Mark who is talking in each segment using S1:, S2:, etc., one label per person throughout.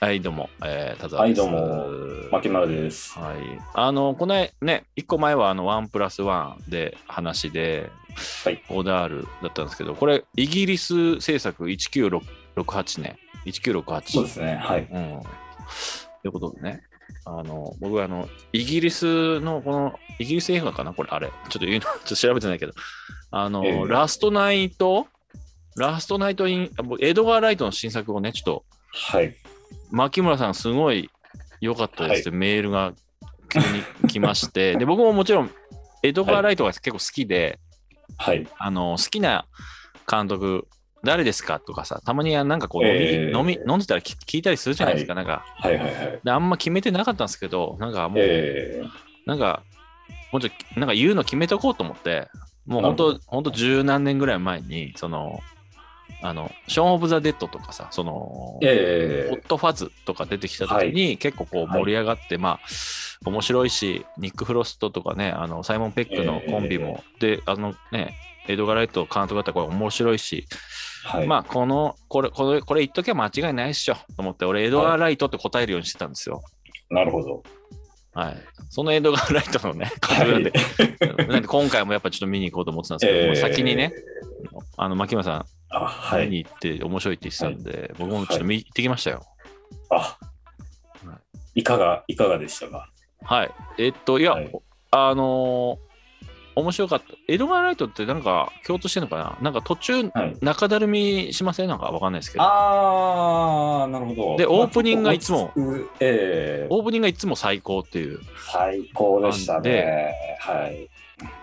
S1: はい、どうも、えー、田沢
S2: はい、
S1: です。
S2: どうも、牧村です。
S1: はい。あの、この間ね、一個前は、あの、ワンプラスワンで話で、
S2: はい
S1: オダールだったんですけど、これ、イギリス制作1968年、1968。
S2: そうですね、はい。
S1: うん。ということでね、あの、僕はあの、イギリスの、この、イギリス映画かなこれ、あれ。ちょっと言うの、 ちょっと調べてないけど、あの、
S2: ええ
S1: ラストナイト、ラストナイトイン、あ僕エドガー・ライトの新作をね、ちょっと、
S2: はい。
S1: 牧村さん、すごい良かったですって、メールが急に来まして、で、僕ももちろん、エドガー・ライトが結構好きで、
S2: はい。
S1: あの、好きな監督、誰ですかとかさ、たまになんかこう飲み、
S2: ええ
S1: 飲み飲んでたら聞聞いたりするじゃないですか、なんか、
S2: はい。はい。はい。
S1: であんま決めてなかったんですけど、なんかもう、
S2: え
S1: なんか、もうちょいなんか言うの決めとこうと思って、もう本当、本当十何年ぐらい前に、その、あの、ショーン・オブ・ザ・デッドとかさ、その、
S2: ー、え
S1: ホ
S2: ー
S1: ットファズとか出てきた時に、結構こう盛り上がって、まあ、面白いし、ニック・フロストとかね、あの、サイモン・ペックのコンビも、で、あのね、エドガー・ライト監督だったらこれ面白いし、
S2: はい。
S1: まあ、この、これ、これ、これ言っときゃ間違いないっしょ、と思って、俺、エドガー・ライトって答えるようにしてたんですよ。
S2: なるほど。
S1: はい、そのエドガー・ライトのね、
S2: はい
S1: 監督なんで、なんで今回もやっぱちょっと見に行こうと思ってたんですけど、
S2: えー
S1: もう先にね、あの牧村さ
S2: あ、
S1: ん、
S2: は
S1: 見
S2: い。
S1: に行って面白いって言ってたんで、僕もちょっと見、行ってきましたよ。
S2: あ、いかが、いかがでしたか
S1: はい。えっと、いや、
S2: はい
S1: あのー面白かった。エドガー・ライトってなんか共通してるのかななんか途中、
S2: はい。
S1: 中だるみしませんなんかわかんないですけど、
S2: あー、なるほど。
S1: でオープニングがいつも
S2: まあ。うえー、
S1: オープニングがいつも最高っていう。
S2: 最高でしたね。はい。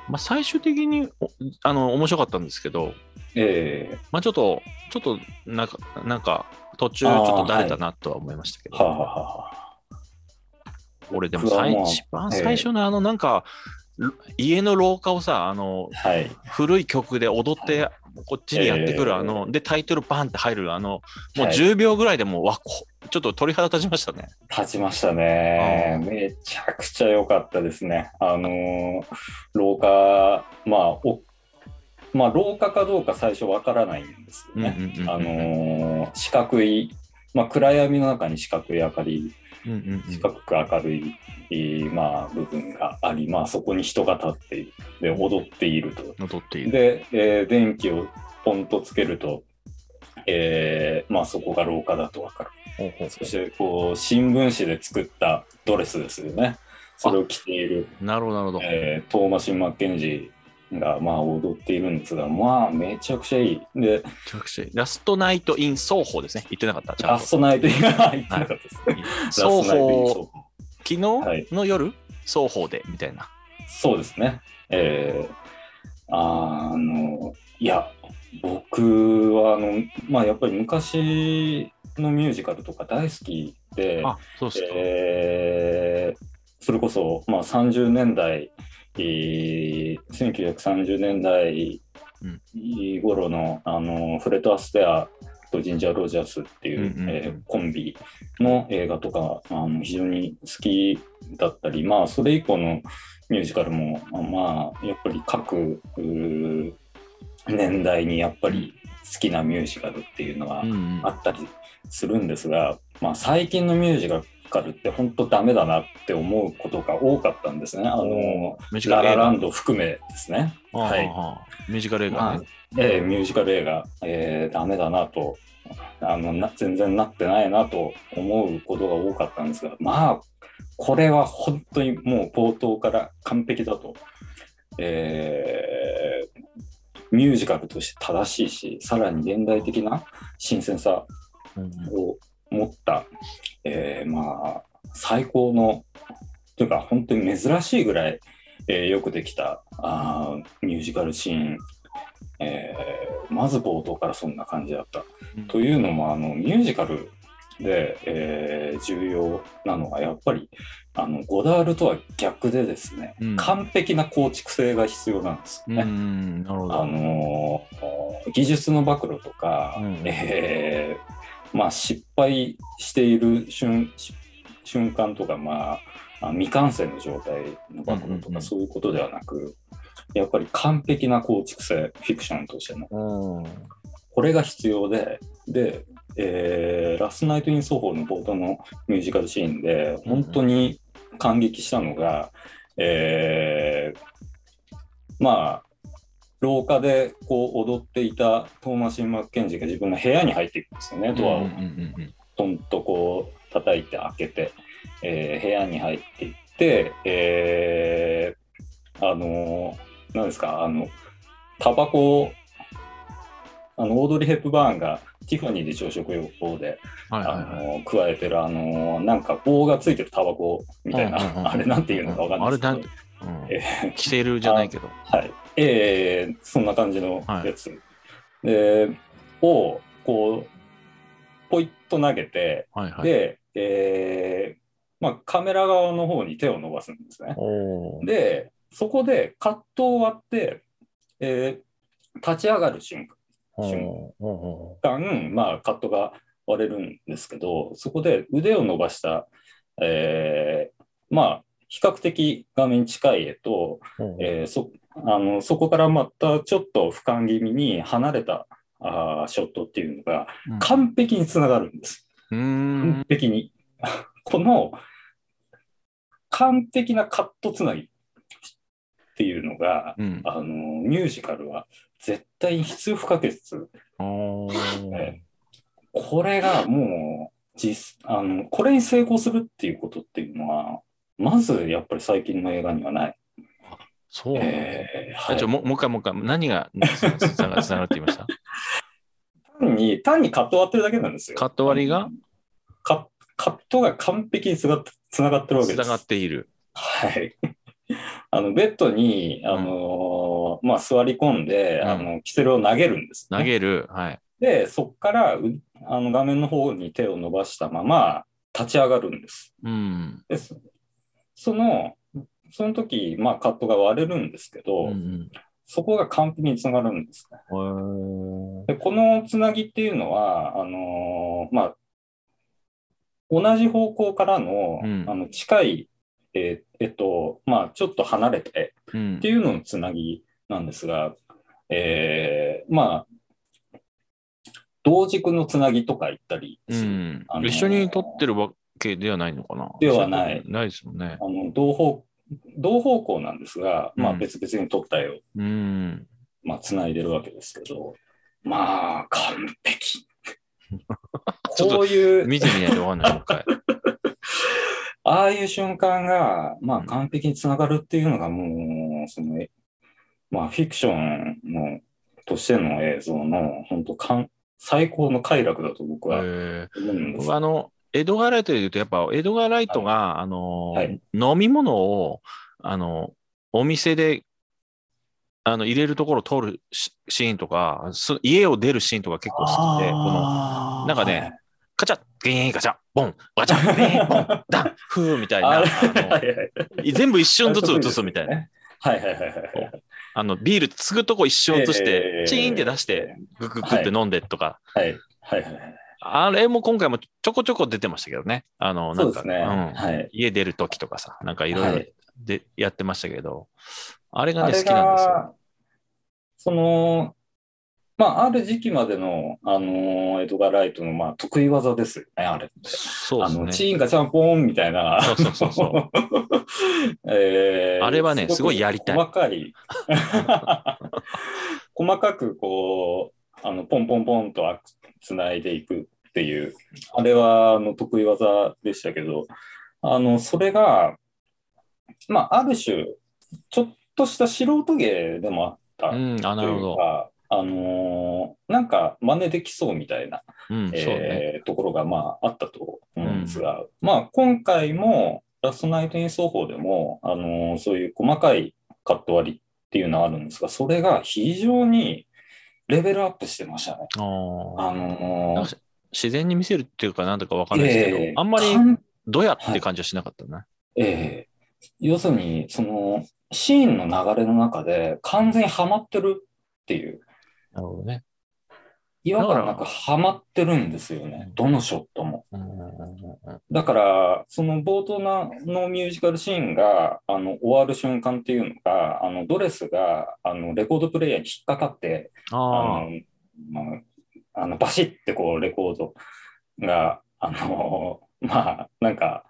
S1: まあ、最終的におあの面白かったんですけど、
S2: え
S1: まあ、ちょっと、ちょっとなんか、なんか途中、ちょっとだれたなとは思いましたけ
S2: ー、
S1: ど、
S2: はあ、はあはあ、
S1: 俺、でも
S2: 僕は
S1: 最
S2: もう
S1: 一番最初のあの、なんか、ろ家の廊下をさ、あの、
S2: はい。
S1: 古い曲で踊って、こっちにやってくる、
S2: えー
S1: あの、で、タイトルバンって入る、あの、もう
S2: はい
S1: 10秒ぐらいでもう、わこちょっと鳥肌立ちましたね。
S2: 立ちましたね
S1: う。
S2: めちゃくちゃ良かったですね。あのー廊下、まあ、おまあ、廊下かどうか最初わからないんですよ
S1: うんうん
S2: ね。
S1: うんうん
S2: あのー四角い、まあ、暗闇の中に四角い明かり、
S1: うんうんうん
S2: 四角く明るい、えーまあ、部分があり、まあ、そこに人が立っている。で、踊っていると。
S1: 踊っている。
S2: で、えー電気をポンとつけると、えーまあ、そこが廊下だとわかる。
S1: ほうほう
S2: そしてこう新聞紙で作ったドレスですよね。それを着ている、
S1: なるほど、なるほど。
S2: えートーマシン・マッケンジーがまあ踊っているんですが、まあめちゃくちゃいい。で、
S1: めちゃくちゃいいラストナイト・イン・奏法ですね。言ってなかった。ちゃ
S2: ラ
S1: ん
S2: ストナイトイン言ってなかったです。
S1: と。
S2: ラ
S1: 奏
S2: ストナイトイン
S1: 法、
S2: そう
S1: 昨日
S2: はい
S1: の夜、双方でみたいな。
S2: そうですね。えーあの、いや、僕はあの、まあやっぱり昔のミュージカルとか大好きで、
S1: あ、そうですか。
S2: えーそれこそ、まあ、30年代、えー1930年代
S1: うん
S2: 頃の,、あのフレッド・アステアとジンジャー・ロジャースっていう、
S1: うんうんうん
S2: えーコンビの映画とかあの非常に好きだったり、まあ、それ以降のミュージカルも、まあ、やっぱり各うー年代にやっぱり好きなミュージカルっていうのは
S1: うんうん
S2: あったりするんですが、まあ、最近のミュージカルって本当ダメだなって思うことが多かったんですね。あの
S1: ミュージカ
S2: ラ
S1: ル
S2: ラ
S1: 映画
S2: ランド含めですね。
S1: ああ
S2: はい
S1: ああミュージカル映
S2: ま
S1: 画
S2: あ
S1: ね。
S2: ええミュージカル映画、ええダメだなとあのな、全然なってないなと思うことが多かったんですが、まあ、これは本当にもう冒頭から完璧だと、ええミュージカルとして正しいし、さらに現代的な新鮮さ
S1: うんうん
S2: を持った、えーまあ最高のというか本当に珍しいぐらい、えーよくできたあーミュージカルシーン、えーまず冒頭からそんな感じだった。というのもあのミュージカルで、えー重要なのはやっぱりあのゴダールとは逆でですね、
S1: うん
S2: 完璧な構築性が必要なんです
S1: う
S2: よ
S1: んう
S2: ね。
S1: んなるほ
S2: あ
S1: ど。
S2: のー技術の暴露とか、
S1: うん
S2: えーまあ、失敗している瞬し瞬間とか、まあ、あ未完成の状態の暴露
S1: うん
S2: と
S1: うんう
S2: か
S1: ん
S2: そういうことではなく、やっぱり完璧な構築性フィクションとしての
S1: うん
S2: これが必要でで、えーラストナイト・イン・ソホーの冒頭のミュージカルシーンで、本当に感激したのが、えーまあ、廊下でこう踊っていたトーマシン・マッケンジーが自分の部屋に入っていくんですよね、ドアを
S1: うんうんうんうん
S2: トンとこう叩いて開けて、えー部屋に入っていって、えーあのーなんですかあのタバコをあのオードリー・ヘップバーンがティファニーで朝食用法で、
S1: はいはい
S2: あ
S1: はい
S2: のー加えてるあのーなんか棒がついてるタバコみたいな、
S1: うんうんうん
S2: あれなんていうのかわかんないですけど
S1: あれうん、キセルじゃないけど。
S2: はい、ええそんな感じのやつ、でをこうポイッと投げて、
S1: はいはい。
S2: で、えーまあ、カメラ側の方に手を伸ばすんですね。
S1: おー
S2: で、そこでカットを割って、えー立ち上がる瞬
S1: おー
S2: 瞬
S1: お
S2: 間、まあ、カットが割れるんですけど、そこで腕を伸ばした、えーまあ、比較的画面近い絵と、
S1: ーおー
S2: えーそあのそこからまたちょっと俯瞰気味に離れたあーショットっていうのが
S1: うん
S2: 完璧につながるんです。
S1: うーん
S2: 完。璧に。 この完璧なカットつなぎっていうのが、
S1: うん。
S2: あのミュージカルは絶対に必要不可欠。
S1: おー
S2: えこれがもう実あの、これに成功するっていうことっていうのは、まずやっぱり最近の映画にはない。
S1: そうなんだ。
S2: えーは
S1: あ
S2: い
S1: ちょももう一回もう一回何がつながつな がっていました
S2: 単に単にカット割ってるだけなんですよ。
S1: カット割りが
S2: カカットが完璧につがつながってるわけ
S1: つ
S2: で
S1: な
S2: す。
S1: がっている。
S2: はい。あのベッドに、あのーまあ、座り込んで、
S1: うん
S2: あのキセルを投げるんです、ね。
S1: 投げる。はい。
S2: でそこからうあの画面の方に手を伸ばしたまま立ち上がるんです。
S1: うん。
S2: ですそのその時、まあ、カットが割れるんですけど、
S1: うん
S2: そこが完璧につながるんですね。
S1: うんおー
S2: でこのつなぎっていうのはあのーまあ、同じ方向からの,、
S1: うん
S2: あの近い、えーえっとまあ、ちょっと離れて
S1: うん
S2: っていうののつなぎなんですが、えーまあ同軸のつなぎとか言ったり
S1: う
S2: する、
S1: ん
S2: あのー
S1: 一緒に撮ってるわけではないのかな
S2: ではない
S1: ないですもんね。
S2: あの同方同方向なんですが、ま
S1: う
S2: あ、
S1: ん
S2: 別々に取った絵を、
S1: うん。
S2: まあ、つないでるわけですけどまあ完 璧
S1: ちょっと
S2: こういう
S1: 見てみないとわかんない、もう一 回。
S2: ああいう瞬間が、ま
S1: う
S2: あ、
S1: ん
S2: 完璧につながるっていうのがもうその、まあ、フィクションのとしての映像の本当かん最高の快楽だと僕は
S1: えー
S2: 思うんです
S1: 僕あの、エドガー・ライトで言うと、やっぱエドガー・ライトが、あのー、
S2: はい
S1: 飲み物を、あの、お店で、あの、入れるところを通るシシーンとか、す家を出るシーンとか結構好きで、この、
S2: の
S1: なんかねカチャッ、ゲーン、ガチャ、ボン、ガチ ャ、ゲーン、ボン、ダン、フーみたいな、あ
S2: あ
S1: の
S2: はいはいはい、
S1: 全部一瞬ずつ映すみたいな。
S2: はいはいはいはい。
S1: あの、ビールつぐとこ一瞬映して
S2: え、ー
S1: チーンって出して、、グググって飲んでとか、
S2: はいはいはいはい。
S1: あれも今回もちょこちょこ出てましたけどね。あの、な
S2: そうんで
S1: か、
S2: すね。
S1: うん
S2: はい。
S1: 家出るときとかさ、なんかいろ
S2: はい
S1: ろ
S2: い
S1: でやってましたけど、あれが
S2: あ
S1: ね、好
S2: れ
S1: きなんですよ。
S2: が、その、まあ、ある時期までの、あのーエドガー・ライトの、まあ、得意技ですよね、あれ。
S1: そ
S2: あ
S1: う
S2: の
S1: です
S2: チ
S1: ね。
S2: ーンがちゃんぽんみたいな。
S1: そうそうそうそう。
S2: えー
S1: あれはねすごいやりたい
S2: 細 かい。細かくこう、あのポンポンポンとつないでいくっていう、あれはあの得意技でしたけど、あのそれが、まあ、ある種、ちょっとした素人芸でもあ った
S1: うん、あ、
S2: と
S1: なるほ
S2: いう
S1: ど。
S2: か、あのーなんか真似できそうみたいな。
S1: うん、そうね。
S2: えーところがまああったと思うんですが、まあ今回もラストナイト演奏法でも、あのーそういう細かいカット割りっていうのはあるんですが、それが非常にレベルアップしてましたね。
S1: あー
S2: あのー
S1: 自然に見せるっていうか、なんとかわかんないですけど、
S2: えー
S1: あんまり
S2: かん
S1: どやって感じはしなかったね。
S2: えー要するに、そのシーンの流れの中で完全にはまってるっていう、
S1: なるほどね。
S2: 違和感
S1: だ
S2: な
S1: から
S2: くはまってるんですよね、どのショットも。
S1: うんうんうんうん
S2: だから、その冒頭なのミュージカルシーンがあの終わる瞬間っていうのが、あのドレスがあのレコードプレイヤーに引っかかって、あ
S1: あ
S2: のまああのバシッてこうレコードが、あの ーまあなんか、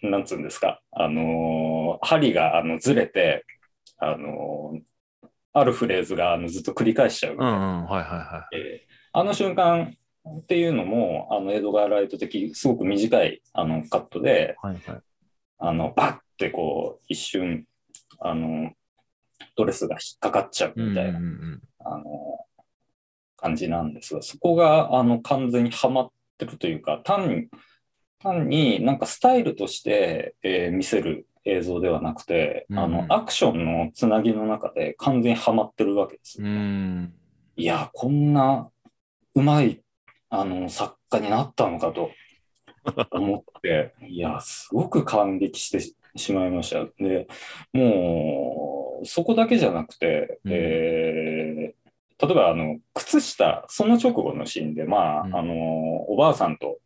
S2: なんつうんですか、あのー針があのずれて、あのーあるフレーズがあのずっと繰り返しちゃうみ
S1: う
S2: たいなん
S1: うん、はいはいは
S2: えーあの瞬間っていうのも、あのエドガー・ライト的、すごく短いあのカットで、
S1: い。はいはい、
S2: あのバッてこう、一瞬、あのドレスが引っかかっちゃうみたいな、
S1: うんうんうん
S2: あの感じなんですが、そこがあの完全にはまってるというか、単に、単になんかスタイルとして、えー見せる映像ではなくて、
S1: うん
S2: あのアクションのつなぎの中で完全にはまってるわけです
S1: う
S2: よね。
S1: ん。
S2: いや、こんなうまいあの作家になったのかと思 って、いや、すごく感激してししまいました。で、もう、そこだけじゃなくて、
S1: うん
S2: えー例えば、あの、靴下、その直後のシーンで、まあ、
S1: うん
S2: あの、おばあさんと、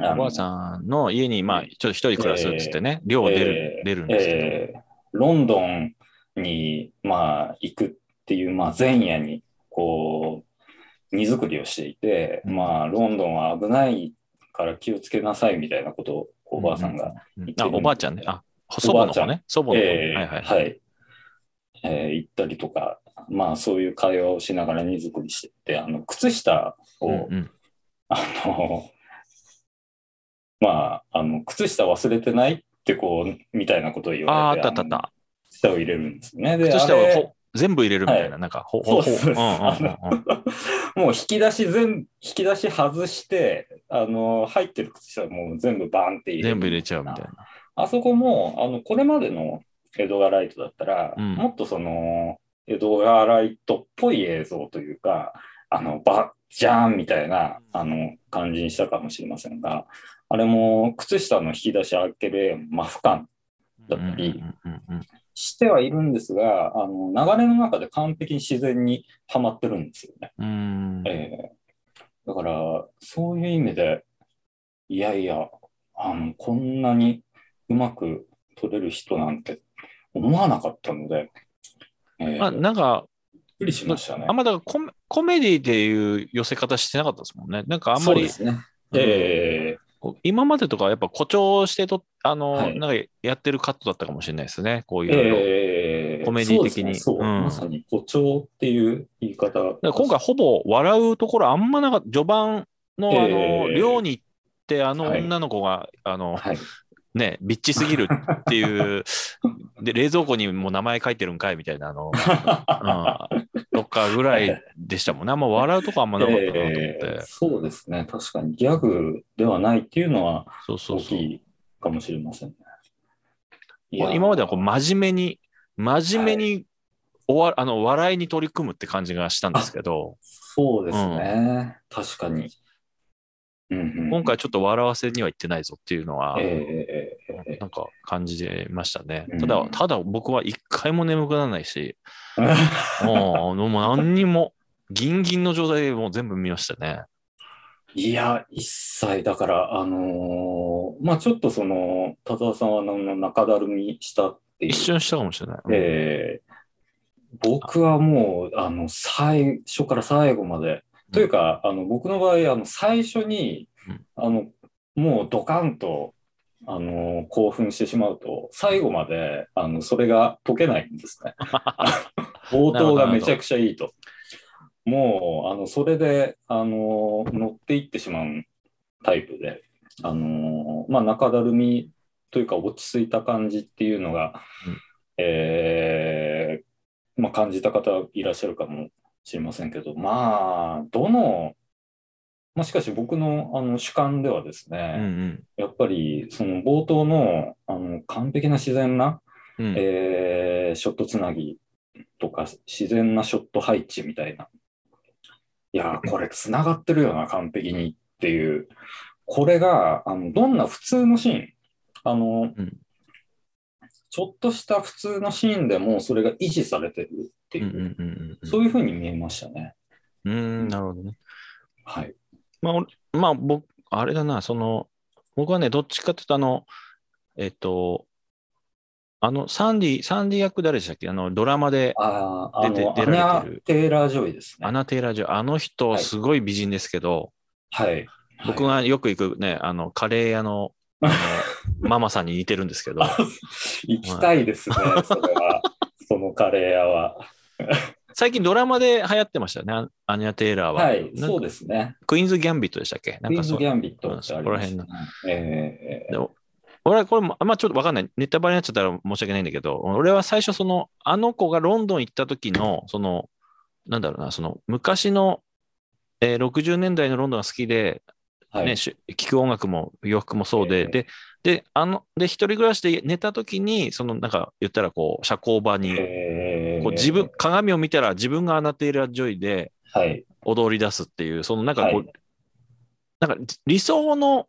S2: お
S1: おばあさんの家に、まあ、ちょっと一人暮らすっつってね、寮を出る、
S2: えー
S1: 出るんですけど、
S2: えーロンドンに、まあ、行くっていう、まあ、前夜にこう荷造りをしていて、
S1: うん
S2: まあ、ロンドンは危ないから気をつけなさいみたいなことをおばあさんが、
S1: うんあ、おばあちゃんね。あ、祖母の方ね。祖母の方、
S2: えー
S1: はいはい。
S2: はいえー行ったりとか、まあ、そういう会話をしながら荷造りしていってあの靴下を、
S1: うんうん
S2: あの、 まあ、あの靴下忘れてないってこうみたいなことを言
S1: ああ
S2: わ
S1: ー、あ
S2: れ
S1: ってたあったあった。
S2: 下を入れるんですよね。で
S1: 靴下
S2: あ
S1: は
S2: れ
S1: ほ全部入れるみたいな、なんか、ほほほ
S2: そうそうそう
S1: うんうん うん
S2: もう引き出し全、引き出し外して、あの、入ってる靴下はもう全部バーンって入れる
S1: 全部入れちゃうみたいな。
S2: あそこも、あの、これまでのエドガー・ライトだったら、
S1: うん
S2: もっとその、エドガー・ライトっぽい映像というか、あの、バッジャーンみたいな、あの、感じにしたかもしれませんが、あれも、靴下の引き出し開けで、マフ感だったり
S1: うんうんうんうん
S2: してはいるんですが、あの、流れの中で完璧に自然にはまってるんですよね。
S1: うん。うん
S2: ええだから、そういう意味で、いやいや、あの、こんなにうまく撮れる人なんて思わなかったので、ええ
S1: まあ、
S2: びっ
S1: なんか、
S2: くりしましたね
S1: あ。んまだからコメコメディでいう寄せ方してなかったですもんね。なんかあん
S2: そ
S1: ま
S2: う
S1: り、
S2: ですね。
S1: うん
S2: え
S1: こう今までとかはやっぱ誇張してと、あの、
S2: はい
S1: なんかやってるカットだったかもしれないですね。こう
S2: え
S1: いうの。
S2: ええ
S1: コメディ的に
S2: そうですねそう
S1: うん
S2: まさに誇張っていう言い方。
S1: だから今回ほぼ笑うところあんまなかった。序盤のあの、
S2: ええ
S1: 寮に行ってあの
S2: はい
S1: 女の子が、あの、
S2: はい、
S1: ね、ビッチすぎるっていう、で、冷蔵庫にもう名前書いてるんかいみたいな、あの、うん、とかぐらいでしたもんね。あんま笑うとこあんまなかったなと思って。
S2: ええそうですね。確かにギャグではないっていうのは
S1: そうそ
S2: 大
S1: うそ
S2: き
S1: う。
S2: いかもしれませんね。いや
S1: 今まではこう真面目に、真面目におわ、あの笑いに取り組むって感じがしたんですけど、
S2: そうですね。確かに。うんうん
S1: 今回ちょっと笑わせにはいってないぞっていうのは、
S2: ええええええ
S1: なんか感じてましたね。
S2: うん
S1: ただ、ただ僕は一回も眠くならないし、
S2: ええ
S1: もうもう何にも、 ギンギンの状態でもう全部見ましたね。
S2: いや、一切、だから、あのーまあちょっとその、田沢さんはあの中だるみしたっていう。
S1: 一瞬したかもしれない。うん
S2: ええ僕はもう、あの、最初から最後まで。というか、あの、僕の場合、あの、最初に
S1: うん、
S2: あの、もうドカンと、あの、興奮してしまうと、最後まで、あの、それが解けないんです ね。冒頭がめちゃくちゃいいと。もう、あの、それで、あの、乗っていってしまうタイプで、あの、まあ、中だるみというか、落ち着いた感じっていうのが、
S1: うん
S2: えーまあ、感じた方いらっしゃるかもしれませんけど、まあ、どの、まあ、しかし僕のあの主観ではです
S1: うんう
S2: ね、
S1: ん
S2: やっぱりその冒頭のあの完璧な自然な、
S1: うん
S2: えーショットつなぎとか自然なショット配置みたいな。いやー、これつながってるよな、完璧にっていう。これが、あの、どんな普通のシーン、あの、
S1: うん
S2: ちょっとした普通のシーンでもそれが維持されてるって
S1: う
S2: い
S1: ん
S2: う、
S1: うんうんうん
S2: そういうふうに見えましたね。
S1: うんうんなるほどね。
S2: はい。
S1: まあ、俺まあ、僕、あれだな、その、僕はね、どっちかっていうと、あの、えっと、あの、サンディ、サンディ役誰でしたっけあの、ドラマで、
S2: ああ、あ
S1: 出て
S2: の、
S1: 出られ
S2: ア
S1: てる
S2: ナ・テイラー・ジョイです
S1: ア
S2: ね。
S1: ナ・テイラージョイ、あの人、
S2: はい
S1: すごい美人ですけど、
S2: はい。
S1: 僕
S2: はい
S1: がよく行くね、あの、カレー屋 の、あのママさんに似てるんですけど、
S2: 行きたいですね、それは。そのカレー屋は。
S1: 最近ドラマで流行ってましたよね、アアニャ・テイラー は。
S2: はい、
S1: なんか
S2: そうですね。
S1: クイーンズ・ギャンビットでしたっけなん
S2: クイー
S1: か
S2: ンズ・
S1: そう
S2: ギ。ャンビットってあ
S1: そ
S2: り
S1: こら
S2: ます
S1: 辺
S2: ね
S1: の。
S2: え
S1: でお俺はこれも、あんまあちょっとわかんない。ネタバレになっちゃったら申し訳ないんだけど、俺は最初、その、あの子がロンドン行った時の、その、なんだろうな、その、昔の、えー60年代のロンドンが好きで、
S2: ーはい
S1: ね、し聴く音楽も洋服もそうで、
S2: ええ
S1: で、で、あの、で、一人暮らしで寝た時に、その、なんか、言ったら、こう、社交場に、
S2: えー
S1: こう自分、鏡を見たら自分がアナテイラ・ジョイで
S2: はい。
S1: 踊り出すっていう、その、なんかこう、
S2: はい
S1: なんか理想の、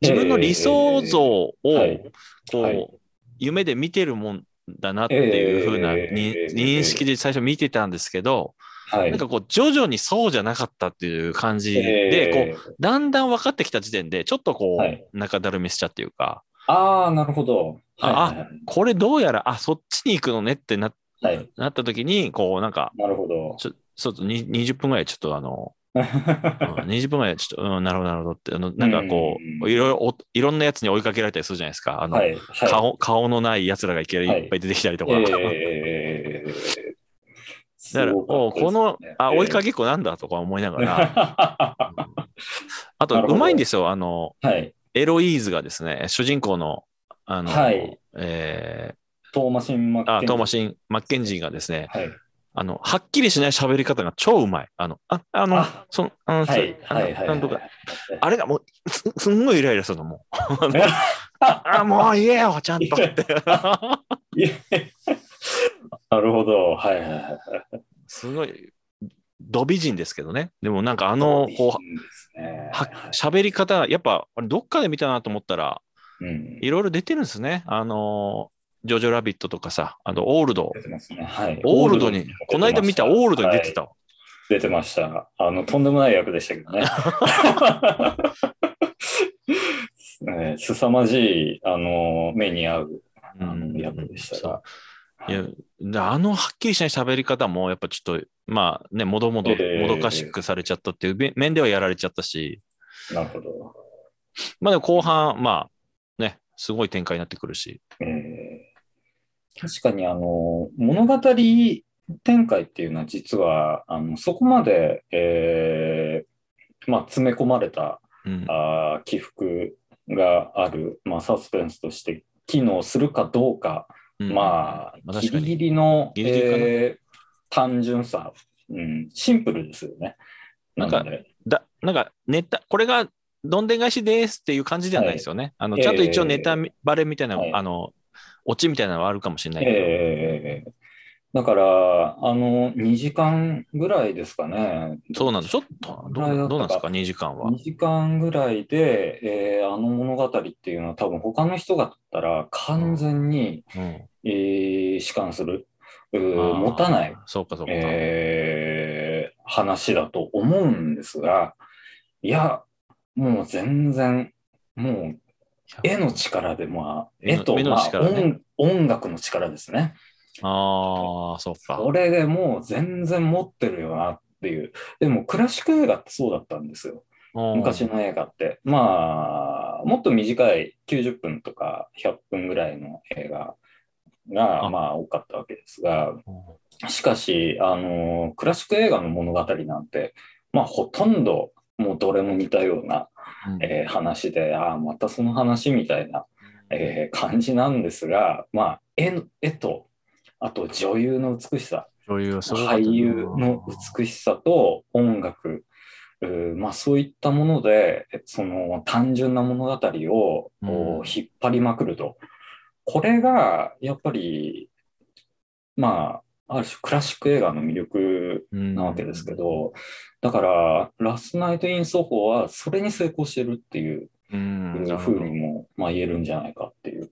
S1: 自分の理想像を、
S2: はい
S1: こう、
S2: はい
S1: 夢で見てるもんだなっていうふうなに、
S2: えー
S1: 認識で最初見てたんですけど、
S2: はい。
S1: なんかこう徐々にそうじゃなかったっていう感じで、こう
S2: えー
S1: だんだん分かってきた時点でちょっとこう、
S2: はい
S1: 中だるみしちゃっていうか
S2: ああ、なるほど。はい
S1: あ
S2: はい
S1: これどうやらあそっちに行くのねってな
S2: はい、はい。
S1: なった時にこうなんか
S2: なるほど。
S1: ちょちょっとに20分ぐらいちょっとあの、うん20分ぐらいちょっと、うん、なるほどなるほどってあのなんかこう、
S2: うん
S1: いろいろおいろんなやつに追いかけられたりするじゃないですかあの、
S2: はい。はい。
S1: 顔顔のないやつらがいきなり
S2: はい
S1: いっぱい出てきたりとか。
S2: えーす
S1: だから、
S2: ごか
S1: お
S2: ったです
S1: こ
S2: ね
S1: の、あ、
S2: えー
S1: 追いかけっこなんだとか思いなが ら、
S2: は
S1: あと
S2: なる、ほ
S1: う
S2: ど
S1: まいんですよ、あの、
S2: い。
S1: エロイーズがですね、主人公の、あの、
S2: はい
S1: え
S2: トーマシン・マッケ
S1: ー
S2: ン
S1: あ、トーマシン・マッケンジーがですね、
S2: はい。
S1: あの、はっきりしない喋り方が超うまい。あの、あ、あの、
S2: あ
S1: その、あの、
S2: はい。
S1: あの
S2: はい。はい。
S1: なんとか、あれがもう、すすんごいイライラするの、もう。
S2: は
S1: あ、もう言えよ、ちゃ んとって。
S2: い。 なるほど。はい。はいはい。
S1: すごい、ド美人ですけどね。でもなんかあの、こう、
S2: いいですね
S1: は喋り方、やっぱ、あれどっかで見たなと思ったら、
S2: うん。
S1: いろいろ出てるんですね。あの、ジョジョラビットとかさ、あの、オールド
S2: 出。てますね。はい。
S1: オールドに、この間見たオールドに出て
S2: はい。
S1: たわ。
S2: 出てました。あの、とんでもない役でしたけどね。 ねすさまじい、あの、目に合う、あ
S1: うん
S2: の、役でした
S1: そう
S2: が。
S1: いやであのはっきりしない喋り方も、やっぱちょっと、まあね、もどもど、
S2: ええ
S1: もどかしくされちゃったっていう面面ではやられちゃったし、
S2: なるほど。
S1: まあでも後半、まあ、ね、すごい展開になってくるし、
S2: えー確かにあの物語展開っていうのは実はあのそこまで、えーまあ、詰め込まれた
S1: うん、
S2: あー起伏がある、まあ、サスペンスとして機能するかどうか、
S1: うん
S2: ま
S1: ま
S2: あ
S1: あ
S2: ギ
S1: 確か
S2: リギ
S1: に。
S2: リの
S1: ギリギリかな
S2: えー単純さ、うん、シンプルですよね。
S1: なんか
S2: ので
S1: だなんか、ネタ、これがどんでん返しですっていう感じではないですよね。あのちゃんと一応ネタバレみたいな、
S2: ええ
S1: あの、オチみたいなのはあるかもしれないけど、
S2: えーだからあの2時間ぐらいですかね、
S1: そうなんです。ちょっと、どうどうなんですか、2時間は
S2: 2。時間ぐらいで、えーあの物語っていうのは多分他の人がだったら完全に、
S1: うん、
S2: えー、弛緩する、うー
S1: あー
S2: 持たない、。
S1: そうか、そうか。
S2: えー話だと思うんですが、いや、もう全然、もう絵の力で、まあ、
S1: 絵
S2: 絵
S1: の
S2: と、
S1: 絵の
S2: まあ
S1: 力ね
S2: 音音楽の力ですね。
S1: ああ、そうか。
S2: これでもう全然持ってるよなっていう。でもクラシック映画ってそうだったんですよ。昔の映画って、まあ、もっと短い90分とか100分ぐらいの映画が、
S1: あ
S2: まあ、多かったわけですが、
S1: うん。
S2: しかし、あのクラシック映画の物語なんて、まあ、ほとんど、もうどれも似たような、
S1: うん
S2: えー話で、ああ、またその話みたいな、えー感じなんですが、まあ、絵の絵と、あと女優の美しさ、
S1: 女優はすごかったな
S2: 俳優の美しさと音楽、うーまあ、そういったものでその単純な物語を
S1: うん
S2: こう引っ張りまくると、これがやっぱりまあある種クラシック映画の魅力
S1: うん
S2: なわけですけ。ど、だから「ラストナイト・イン・ソホ」はそれに成功してるっていう
S1: うん。なる
S2: ふ
S1: ほ
S2: う
S1: ど
S2: にも、まあ、言えるんじゃないかっていう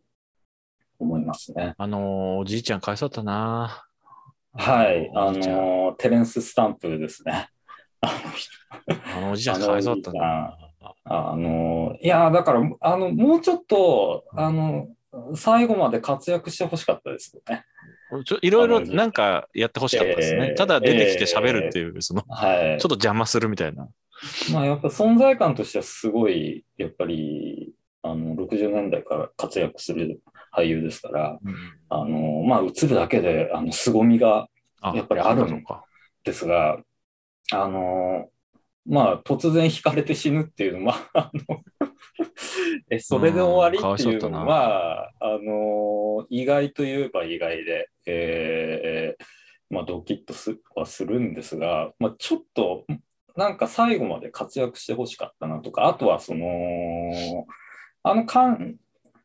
S2: 思いますね。
S1: あのーおじいちゃん、かわいそうだったな。
S2: はい、あ
S1: おじいちゃん
S2: のテレンス・スタンプですね。あの人
S1: あのおじいちゃん、かわいそうだったな。
S2: あのいやだからあのもうちょっとあの最後まで活躍してほしかったですよね。
S1: ちょいろいろなんかやってほしかったですね。
S2: えー
S1: ただ出てきて喋るっていう、その、ちょ
S2: はい
S1: っ。と邪魔するみたいな。
S2: まあやっぱ存在感としてはすごい、やっぱり、あの、60年代から活躍する俳優ですから、あの、まあ映るだけで、あの、凄みがやっぱりあるの
S1: そうなか。
S2: ですが、あの、まあ突然惹かれて死ぬっていうのは、 あの、え、それで終わりっていうのは、あの、意外といえば意外で、えーまあドキッとすはするんですが、まあちょっと、なんか最後まで活躍してほしかったなとか、あとはその、あの、かん、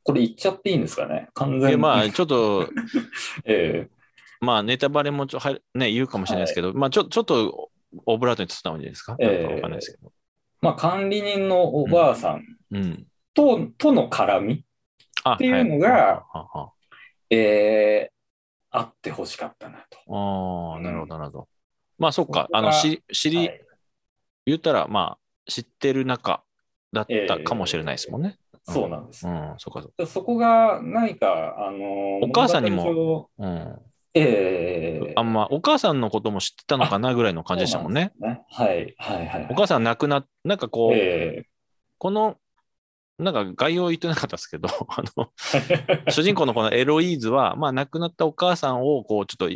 S2: これ言っちゃっていいんですかね完全
S1: で
S2: に。
S1: まあ、ちょっと、
S2: え
S1: まあ、ネタバレもちょ、はね、言うかもしれないですけど、まあ、ちょちょっと、オブラートに包んだ方がいいんじゃないですか、
S2: ええ
S1: なんかわかんないですけど。
S2: まあ管理人のおばあさん
S1: うん。
S2: と、との絡み
S1: あ
S2: っていうのが
S1: ははは
S2: えー、あってほしかったなと。
S1: ああ、なるほど、なるほど。まあ、そっ
S2: そ
S1: か
S2: こ。が
S1: あの、し、知り、
S2: はい
S1: 言ったら、まあ、知ってる中だったかもしれないですもんね。
S2: そうなんです。
S1: うん、そっか、そっか
S2: でそこが何か、あの
S1: お母さんにも
S2: 物語上
S1: うん。
S2: ええ
S1: あんま、お母さんのことも知ってたのかなぐらいの感じでしたもんね。
S2: ねはい、はい、はい。
S1: お母さん亡くなっ、なんかこう、
S2: え
S1: この、なんか概要言ってなかったですけど、 あ の、
S2: え
S1: 主人公のこのエロイーズは、まあ、亡くなったお母さんを、こう、ちょっと、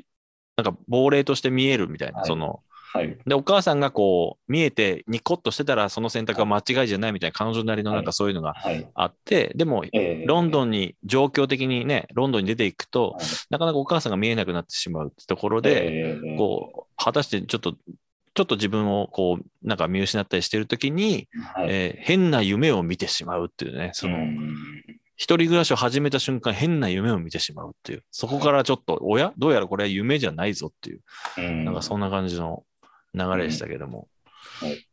S1: なんか亡霊として見えるみたいな、
S2: はい
S1: その、
S2: はい、
S1: で、お母さんがこう、見えて、ニコッとしてたら、その選択は間違いじゃないみたいな、彼女なりのなんかそういうのが
S2: はい。
S1: あって、でも、
S2: ええ
S1: ロン
S2: ン、
S1: ドンに、状況的にね、ロンドンに出ていくと、
S2: はい
S1: なかなかお母さんが見えなくなってしまうってところで、
S2: ええ
S1: こう、果たしてちょっと、ちょっと自分をこう、なんか見失ったりしてるときに、
S2: はい
S1: えー変な夢を見てしまうっていうね、その、
S2: うん
S1: 一人暮らしを始めた瞬間、変な夢を見てしまうっていう、そこからちょっと、おやどうやらこれは夢じゃないぞっていう、
S2: うん
S1: なんかそんな感じの流れでしたけども。
S2: うんはい
S1: だか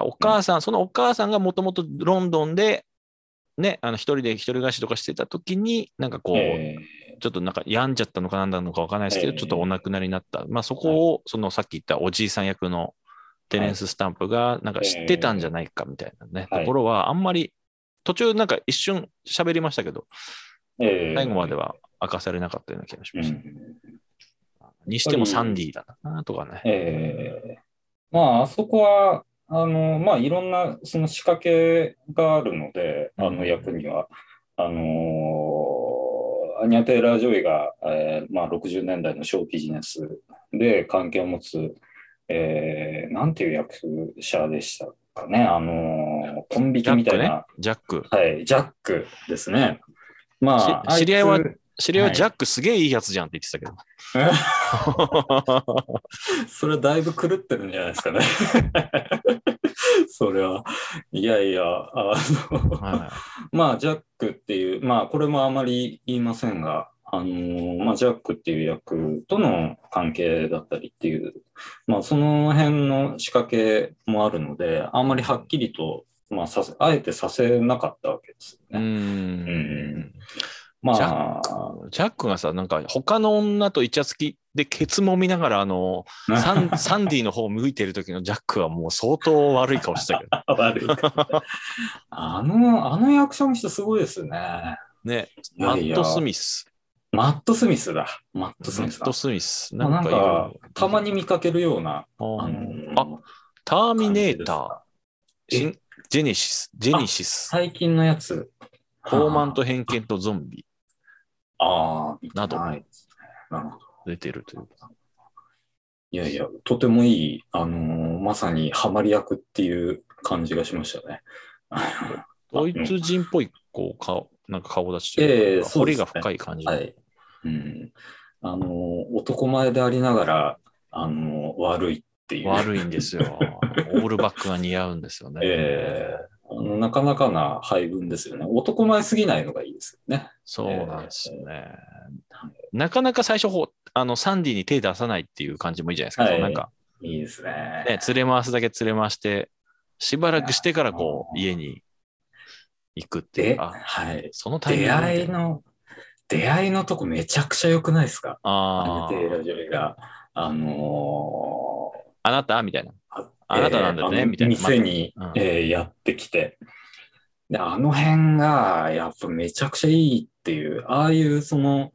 S1: らお母さん、そのお母さんがもともとロンドンで、ね、あの一人で一人暮らしとかしてた時に、なんかこう、
S2: え
S1: ちょっとなんか病んじゃったのかなんだのかわからないですけど、
S2: ええ
S1: ちょっとお亡くなりになった。まあそこを、そのさっき言ったおじいさん役のテレンス・スタンプが、なんか知ってたんじゃないかみたいなね、
S2: ええ
S1: ところは、あんまり、途中なんか一瞬喋りましたけど、
S2: えええ
S1: 最後までは明かされなかったような気がし
S2: う
S1: ました。
S2: ん
S1: にしてもサンディだなとかね。
S2: ええまあ、あそこは、あの、まあ、いろんな、その仕掛けがあるので、あ
S1: う
S2: の
S1: ん
S2: 役には。あのーアニャ・テイラー・ジョイが、えーまあ、60年代のショービジネスで関係を持つ、えーなんていう役者でしたかね、あのーコンビ
S1: ジ
S2: ニ
S1: ャッ
S2: みた
S1: ク
S2: い
S1: ね
S2: な、。
S1: ジャック。
S2: はい、ジャックですね。まあ、
S1: し知り合いは
S2: あつ
S1: 知り合いは
S2: はい
S1: ジャックすげえいいやつじゃんって言ってたけ ど。
S2: それだいぶ狂ってるんじゃないですかね。 それは。いやいや、あの、
S1: は
S2: まあ、ジャックっていう、まあ、これもあまり言いませんが、あのまあ、ジャックっていう役との関係だったりっていう、まあ、その辺の仕掛けもあるので、あんまりはっきりと、まあ、させ、あえてさせなかったわけです
S1: い、う
S2: よね。
S1: ん。
S2: ま
S1: ジ
S2: あ、
S1: ジャックがさ、なんか他の女とイチャつきでケツも見ながら、あの、サンサンディの方向いてる時のジャックはもう相当悪い顔してたけど。
S2: 悪いから。あの、あの役者の人すごいですよね。
S1: ね。
S2: いや
S1: マ
S2: い
S1: ッ
S2: や
S1: ト・スミス。
S2: マット・スミスだ。マット・ス
S1: マ
S2: ミス
S1: ッ
S2: だ
S1: ト・。スミス。
S2: まあ
S1: なんかいろいろ
S2: たまに見かけるような、あ
S1: うんあ、
S2: の
S1: ターミネータ
S2: 感
S1: ー。
S2: じです
S1: ジェネシス。ジェネシス。
S2: 最近のやつ。
S1: 傲慢と偏見とゾンビ
S2: ああ、
S1: など
S2: はいなるほど。
S1: 出てるという。
S2: いやいや、とてもいい、あのーまさにハマり役っていう感じがしましたね。
S1: ドイツ人っぽい、こう、顔、なんか顔立ちと
S2: ええ
S1: いうか、
S2: そう
S1: 彫
S2: で
S1: り
S2: すね
S1: が深い感じ。
S2: はい。うん。あのー男前でありながら、あのー悪いっていう。
S1: 悪いんです よ。オールバックが似合うんですよね。
S2: ええあのなかなかな配分ですよね。男前すぎないのがいいですよね。
S1: そうなんですよね。なかなか最初ほう、あの、サンディに手出さないっていう感じもいいじゃないですか。
S2: はい
S1: そうなんか、
S2: いいですね。
S1: ね、連れ回すだけ連れ回して、しばらくしてからこう、家に行くっていう
S2: で、
S1: か、あ
S2: はい。
S1: そのタイミング
S2: 出
S1: で
S2: 会いの、出会いのとこめちゃくちゃ良くないですか
S1: あ
S2: ア
S1: ー
S2: ネ・テイラー・ジョイが、あのー
S1: あなたみたいな。
S2: あ
S1: あなたなんだよね
S2: えー
S1: みたいな
S2: あの店に
S1: まあうん、
S2: えーやってきて、で、あの辺が、やっぱめちゃくちゃいいっていう、ああいうその、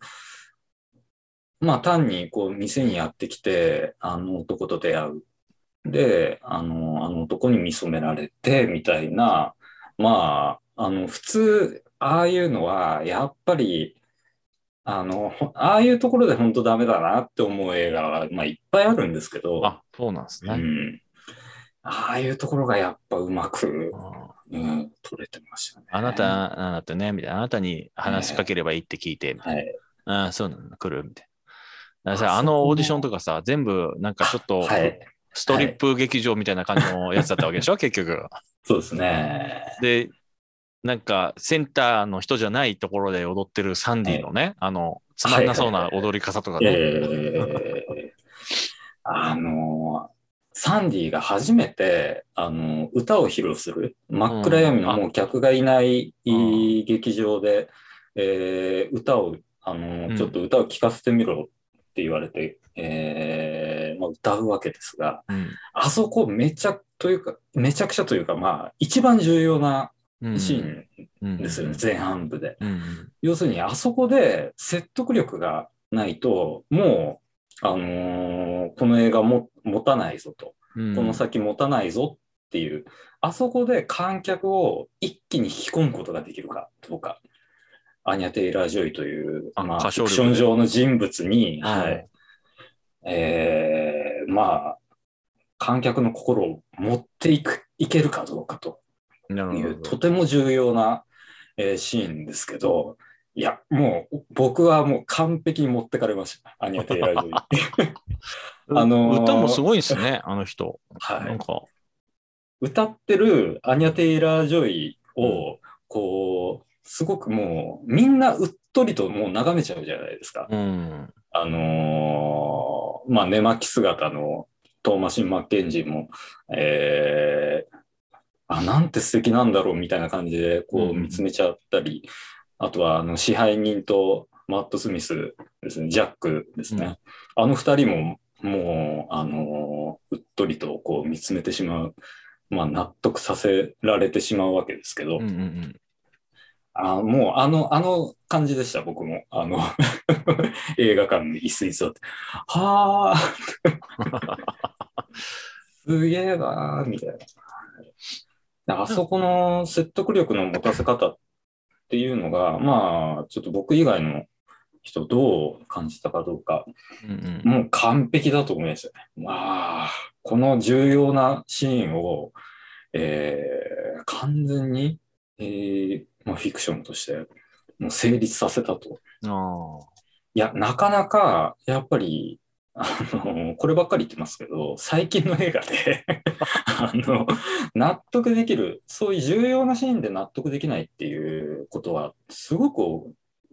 S2: まあ単にこう店にやってきて、あの男と出会う。で、あの、あの男に見初められて、みたいな、まあ、あの、普通、ああいうのは、やっぱり、あの、ほああいうところで本当ダメだなって思う映画が、まあ、いっぱいあるんですけど、
S1: あ、そうなんです
S2: う
S1: ね。
S2: ん。ああいうところがやっぱうまく、
S1: うん
S2: うん、撮れてましたね。
S1: あなた、なんだってね、みたいな。あなたに話しかければいいって聞いて、みたい
S2: はい。
S1: な。ああ、そうなんだ、来る、みたいな。だから
S2: あ
S1: さ、あ
S2: そ
S1: の
S2: う
S1: オーディションとかさ、全部なんかちょっと
S2: はい。
S1: ストリップ劇場みたいな感じのやつだったわけでし ょ、結局。
S2: そうですね。
S1: で、なんかセンターの人じゃないところで踊ってるサンディのね、あの、つまんなそうな踊り方とかね。
S2: えー、あの、サンディが初めて、あの、歌を披露する、真っ暗闇の
S1: うん
S2: もう客がいない
S1: うん
S2: 劇場で、えー歌を、あの、
S1: うん
S2: ちょっと歌を聴かせてみろって言われて、えーまあ、歌うわけですが、
S1: うん
S2: あそこめちゃ、というか、めちゃくちゃというか、まあ、一番重要な
S1: うん
S2: シーンですよね、前半部で。
S1: うんうん
S2: 要するにあそこで説得力がないともう、あのーこの映画も持たないぞと、
S1: うん
S2: この先持たないぞっていうあそこで観客を一気に引き込むことができるかどうかアニャ・テイラー・ジョイという
S1: あ
S2: まあ、
S1: 歌
S2: フ
S1: 唱
S2: ィ
S1: 力
S2: クション上の人物に、
S1: うん
S2: はいえーまあ観客の心を持っていくいけるかどうかと
S1: なる
S2: い
S1: ほ
S2: う
S1: ど
S2: とても重要な、えーシーンですけど、いや、もう僕はもう完璧に持ってかれました、アニメテイラー ジョイあのー
S1: 歌もすごいです ね、あの人。
S2: はい
S1: なんか、
S2: 歌ってるアニャ・テイラー・ジョイを、こう、すごくもう、みんなうっとりともう眺めちゃうじゃないですか。
S1: うん。
S2: あのーまあ、寝巻き姿のトーマシン・マッケンジーも、えーあ、なんて素敵なんだろうみたいな感じで、こ
S1: う
S2: う、
S1: ん
S2: 見つめちゃったり、あとは、あの、支配人とマット・スミスですね、ジャックですね。あの二人も、もう、あのーうっとりと、こう、見つめてしまう。まあ、納得させられてしまうわけですけど、
S1: うんうんうん。
S2: あもうあの、あの感じでした、僕も。あの、 映画館の椅子に座って。はあすげえなーみたいな。あそこの説得力の持たせ方っていうのが、まあ、ちょっと僕以外の人どう感じたかどうか、
S1: うんうん
S2: もう完璧だと思いましたね。まあ、この重要なシーンを、えー完全に、えーまあ、フィクションとしてもう成立させたと。
S1: あ
S2: いや、なかなか、やっぱり、あの、こればっかり言ってますけど、最近の映画で あの、納得できる、そういう重要なシーンで納得できないっていうことは、すごく多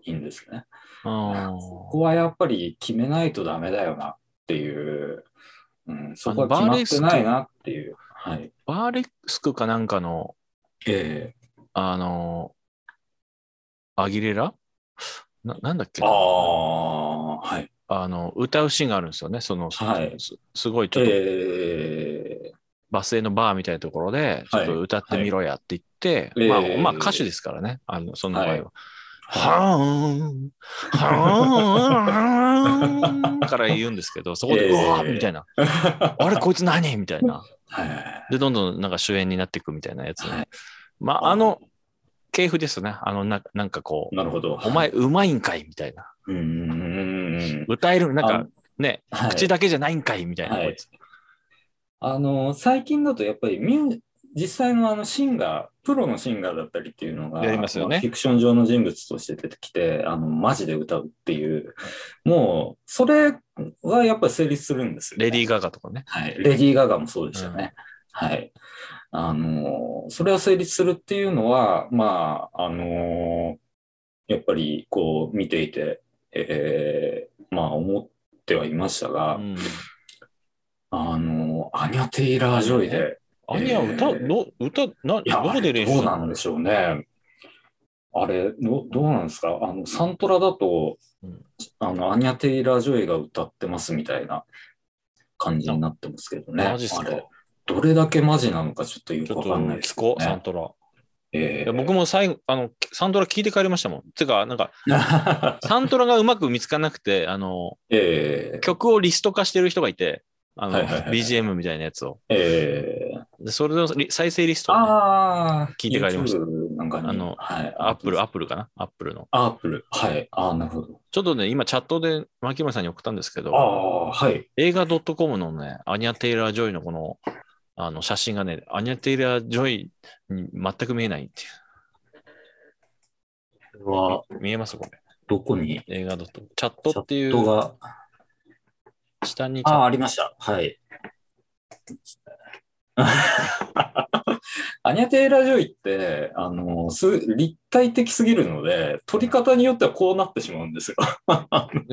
S2: いんですね。
S1: ーあー。
S2: ここはやっぱり決めないとダメだよなっていう、うん、そこは
S1: あ
S2: 決
S1: の
S2: まってないなっていう。はい。
S1: バーレスクかなんかの、
S2: え
S1: あのー、アギレラななんだっけ
S2: ああ、はい。
S1: あの、歌うシーンがあるんですよね。その、
S2: はい
S1: すすごいちょっと
S2: え
S1: バス停のバーみたいなところで、ちょっと歌ってみろやって言って、
S2: はいえー
S1: まあ、まあ歌手ですからね、あの、その場合は。
S2: はい
S1: はーん、はーん、から言うんですけ ど、そこで、
S2: えー
S1: うわーみたいな、
S2: ー、
S1: あれ、こいつ何みたいな。
S2: はい。
S1: で、どんどんなんか主演になっていくみたいなやつ。
S2: はい
S1: まあ、あの、系譜ですね。あの、ななんかこう、
S2: なるほど。
S1: お前、うまいんかいみたいな。
S2: うんうんうんうん。
S1: 歌える、なんかね、
S2: あはい
S1: 口だけじゃないんかいみたいな、
S2: はい
S1: こいつ。
S2: あの、最近だとやっぱりミュー実際のあのシンガー、プロのシンガーだったりっていうのが、
S1: やりますよね
S2: あフィクション上の人物として出てきて、あの、マジで歌うっていう、もう、それはやっぱり成立するんですよ、ね。
S1: レディー・ガガとかね。
S2: はい、レディー・ガガもそうでしたね。はい。あのーそれは成立するっていうのは、まあ、あのーやっぱりこう見ていて、えーまあ思ってはいましたが、
S1: うん
S2: あのーアニャ・テイラー・ジョイで、
S1: アニア歌、
S2: えー
S1: ど歌な、
S2: いや、
S1: どこで練習す
S2: あれど
S1: る
S2: うなんでしょうね。あれ、どどうなんですかあの、サントラだと、
S1: うん
S2: あの、アニャ・テイラー・ジョイが歌ってますみたいな感じになってますけどね。
S1: マジっす
S2: あ
S1: か
S2: れどれだけマジなのかちょっとよ
S1: ちょ
S2: く
S1: っ
S2: わ
S1: と
S2: かんないで
S1: 聞
S2: すけど
S1: こう、
S2: ね
S1: サントラ。
S2: え
S1: いや僕も最後あの、サントラ聞いて帰りましたもん。てか、なんか、
S2: も
S1: サントラがうまく見つからなくて、あの、
S2: えー
S1: 曲をリスト化してる人がいて、あの、
S2: はいはいはい
S1: BGM みたいなやつを。
S2: えー
S1: で、それのリ再生リストをね、
S2: ああ、
S1: 聞いて帰りました
S2: YouTube なんかに
S1: あの
S2: はい、
S1: アップル、アップルかなアップルの。
S2: アップル。はい。ああ、なるほど。
S1: ちょっとね、今チャットで牧村さんに送ったんですけ
S2: あ
S1: ど、
S2: あ、はい。
S1: 映画 .com のね、アニャ・テイラー・ジョイのこの、あの写真がね、アニャ・テイラー・ジョイに全く見えないってい
S2: これは、
S1: う。見えますこれ。
S2: どこに
S1: 映画 .com。チャットってい
S2: チャット
S1: う、
S2: が。
S1: 下にチ
S2: ああ、
S1: ャ
S2: ありました。はい。 アニャ・テイラー・ジョイってあのす立体的すぎるので撮り方によってはこうなってしまうんですよ
S1: ッ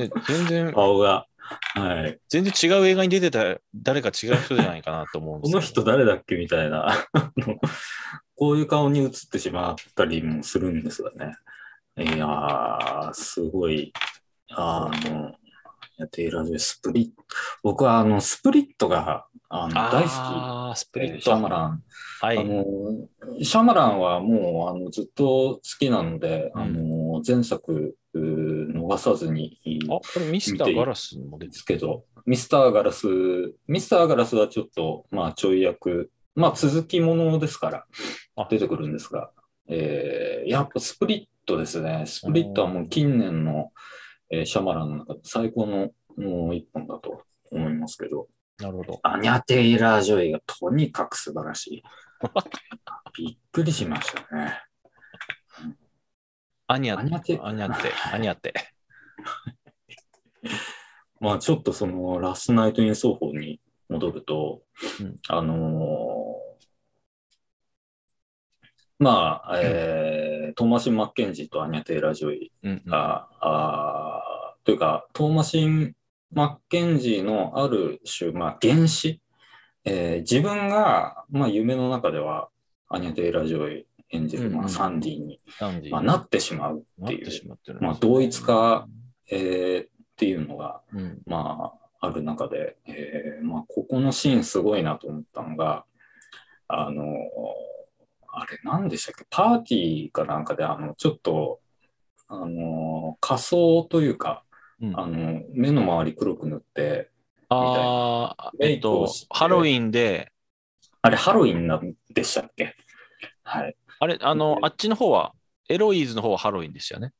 S1: ト、全然、
S2: 顔が、はい、
S1: 全然違う映画に出てた誰か違う人じゃないかなと思うんで
S2: こ
S1: すけど
S2: の人誰だっけみたいな あのこういう顔に映ってしまったりもするんですがねいやーすごいあのアニャテイラー・ジョイスプリット僕はあのスプリットがあの大好
S1: あースプ
S2: き
S1: リット。
S2: シャマラン
S1: は
S2: あ
S1: い。
S2: のシャマランはもうあのずっと好きなので、
S1: うん
S2: あの前作うー逃さずにいい
S1: あ、これミスターガラスも出
S2: で
S1: て
S2: すけど、ミスターガラス、ミスターガラスはちょっと、まあ、ちょい役、まあ、続きものですから
S1: あ、
S2: 出てくるんですが、えーやっぱスプリットですね。スプリットはもう近年の、えーシャマランの中で最高のもう一本だと思いますけど、
S1: なるほど。
S2: アニャ・テイラー・ジョイがとにかく素晴らしい。びっくりしましたね。
S1: アニャ
S2: アニャテ
S1: アニャって、アニャって。
S2: まあちょっとそのラストナイト・イン・奏法に戻ると、
S1: うん
S2: あのーまあ、えートーマシン・マッケンジーとアニャ・テイラー・ジョイ
S1: うんうん。
S2: が、あーというか、トーマシン・マッケンジーのある種、まあ、原始、えー自分が、まあ、夢の中ではアニャ・テイラ・ジョイ演じる、
S1: うんうん
S2: まあ、サンディに、
S1: ダンディ
S2: まあ、なってしまうっ
S1: な
S2: て
S1: っ
S2: い
S1: て
S2: う、
S1: しまってる。
S2: まあ、同一。化、えーっていうのが、
S1: うん。
S2: まあ、ある中で、えーまあ、ここのシーンすごいなと思ったのが、あのーあれ何でしたっけ、パーティーかなんかで、あの、ちょっと、あのー仮装というか、
S1: うん
S2: あの、目の周り黒く塗って、
S1: ああ、
S2: メ
S1: えっ
S2: イクを
S1: と
S2: して、
S1: ハロウィンで、
S2: あれハロウィンなんでしたっけはい。
S1: あれ、あの、あっちの方は、エロイーズの方はハロウィンでしたよね。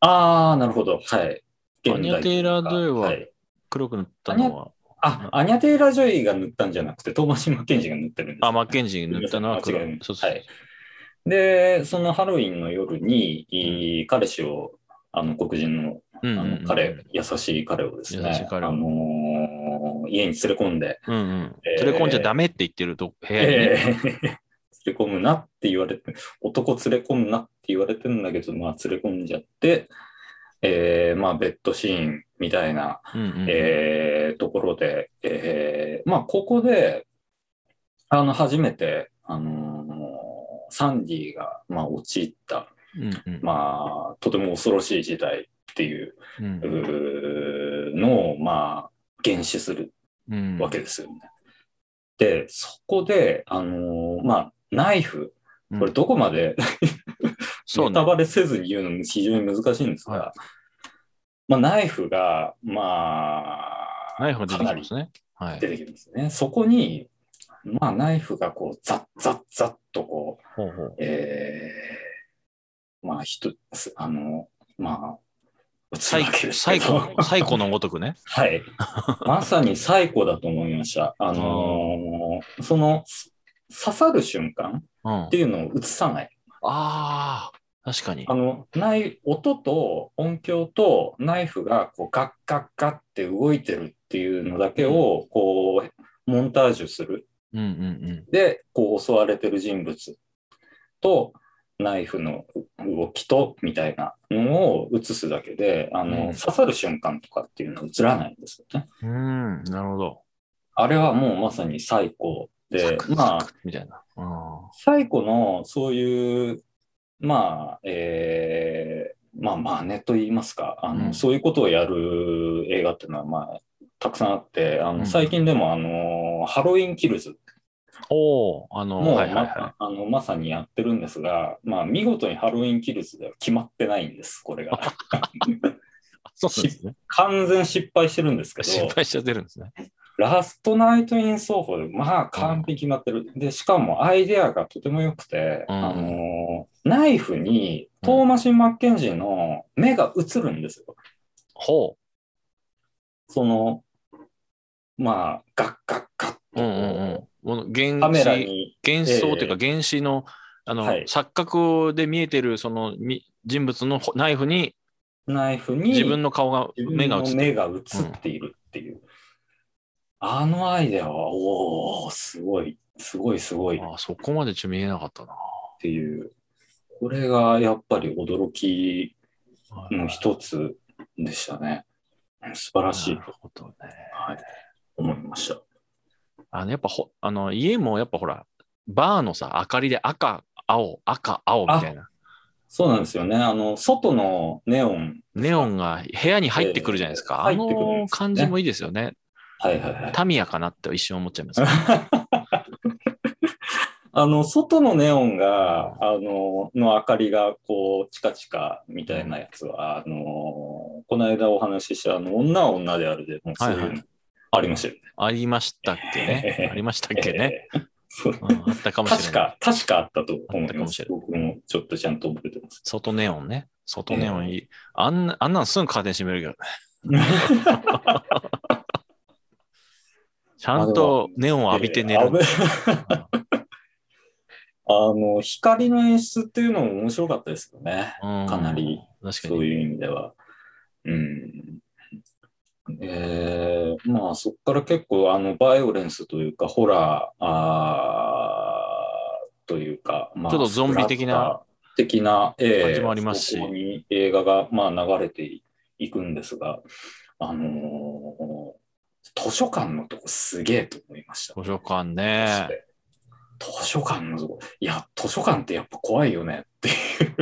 S2: あー、なるほど。はい。
S1: アニャテイラージョイは
S2: はい
S1: 黒く塗ったのは、
S2: あ、アニャ・テイラー・ジョイが塗ったんじゃなくて、トーマシン・マッケンジーが塗ってるんです。
S1: あ、マッケンジーが塗ったのは黒
S2: 間違いない。
S1: そうそう
S2: はいで、そのハロウィンの夜に、いい彼氏を、あの黒人の
S1: うん
S2: あ
S1: うんう
S2: の
S1: ん。
S2: 彼、優しい彼をです
S1: 優しい
S2: ね、あ
S1: 彼を
S2: のー家に連れ込んで、
S1: うんうん。
S2: えー
S1: 連れ込んじゃダメって言ってると 部屋にね。
S2: ええ連れ込むなって言われて、男連れ込むなって言われてるんだけど、まあ連れ込んじゃって、えーまあベッドシーンみたいな
S1: うんうん。
S2: えーところで、えーまあ、ここで、あの、初めて、あのーサンディが、まあ、陥った、
S1: うんうん
S2: まあ、とても恐ろしい時代っていう
S1: うん
S2: うーのを、まあ、原始する
S1: うん
S2: わけですよね。で、そこで、あのーまあ、ナイフ、これどこまで、
S1: そう
S2: ネ
S1: ね
S2: タ。バレせずに言うのも非常に難しいんですが、
S1: は
S2: まあ、ナイフが、まあ、
S1: ナイフが出て
S2: か
S1: き
S2: なり
S1: ますね。はい
S2: 出。てきますね。そこに、まあ、ナイフがこう、ザッザッザッとこう、
S1: ほうほう。
S2: えー、まあ、ひとつ、あの、まあ、
S1: サイコ、サイコ、サイコのごとくね。
S2: はい。まさに最古だと思いました。あのーその、刺さる瞬間
S1: うん。あ
S2: っていうのを映さない。
S1: あー、確かに
S2: あ。の、ない、音と音響とナイフがこうガッガッガッって動いてるっていうのだけを、こう、モンタージュする。
S1: うんうん
S2: で、こう襲われてる人物と、ナイフの動きと、みたいなのを映すだけで、あの、
S1: うん
S2: 刺さる瞬間とかっていうのは映らないんですよね。
S1: うん。うん、なるほど。
S2: あれはもうまさに最高
S1: サ
S2: で
S1: ク、
S2: ま
S1: サ
S2: あ、
S1: クみたいな。う
S2: 最古のそういう、まあ、えーまあまあねと言いますか、あの、
S1: うん
S2: そういうことをやる映画っていうのは、まあ、たくさんあって、あ
S1: う
S2: の
S1: ん
S2: 最近でも、あの、ハロウィンキルズ
S1: おお、あの、
S2: もうま,、
S1: はいはいは
S2: あのまさにやってるんですが、まあ、見事にハロウィン期日では決まってないんです、これ
S1: い。
S2: が。
S1: そうなんですね。
S2: 完全失敗してるんですけ
S1: 心
S2: ど、
S1: 配しちゃってるんですね。
S2: ラストナイト・イン・奏法で、まあ、完璧に決まってる。で、しかもアイデアがとても良くて、
S1: うん
S2: あのナイフにトーマシン・マッケンジーの目が映るんですよ。
S1: ほ
S2: その、まあ、ガッガッガッとこ
S1: う。
S2: う、
S1: うんうんうん。この原
S2: カメラ
S1: 始、
S2: に、
S1: 幻想というか原始の、あの、
S2: はい
S1: 錯覚で見えてるそのみ人物のほナイフに
S2: ナイフに
S1: 自分の顔が、
S2: 自分
S1: 目が映
S2: の
S1: ってる。
S2: 目が映っているっていう。あのアイデアは、おおすごい、すごい、すごいっ
S1: あーそこまでちょっと見えなかったな。
S2: ていう。これがやっぱり驚きの一つでしたね。素晴らしい
S1: な。るほどね。
S2: はい。思いました。
S1: あの、やっぱほ、あの、家もやっぱほら、バーのさ、明かりで赤、青、赤、青みたいな。
S2: そうなんですよね。あの、外のネオン。
S1: ネオンが部屋に入ってくるじゃないですか。
S2: え
S1: あ
S2: え入ってくるんですね
S1: の感じもいいですよね。
S2: はいはいはい。
S1: タミヤかなって一瞬思っちゃいます けど。
S2: あの、外のネオンが、あの、の明かりが、こう、チカチカみたいなやつは、あの、この間お話しした、あの、女は女であるで、もうそういうの
S1: はいは
S2: ありましたよね。
S1: ありましたっけね。ありましたっけね。
S2: えー そう
S1: うんあったかもし
S2: 確
S1: れない。
S2: か、確かあったと
S1: あ
S2: 思
S1: ったか
S2: いま
S1: も
S2: す
S1: し。
S2: 僕もちょっとちゃんと覚えてます。
S1: 外ネオンね。外ネオンいい。あんな、あんなんすぐカーテン閉めるけどね。 ちゃんとネオンを浴びて寝
S2: えーあぶ
S1: る。
S2: あの、光の演出っていうのも面白かったですよね。
S1: うん
S2: かなり。
S1: 確か
S2: そう
S1: に。
S2: いう意味では。うん。えーまあそこから結構あのバイオレンスというかホラーあーというか、まあ、
S1: ちょっとゾンビ的な
S2: スラッター的な、えー
S1: 感じもありますし
S2: 方向に映画が、まあ、流れていくんですが、あのー図書館のとこすげえと思いました。
S1: 図書館ね。
S2: 図書館のとこ、いや、図書館ってやっぱ怖いよねっていう。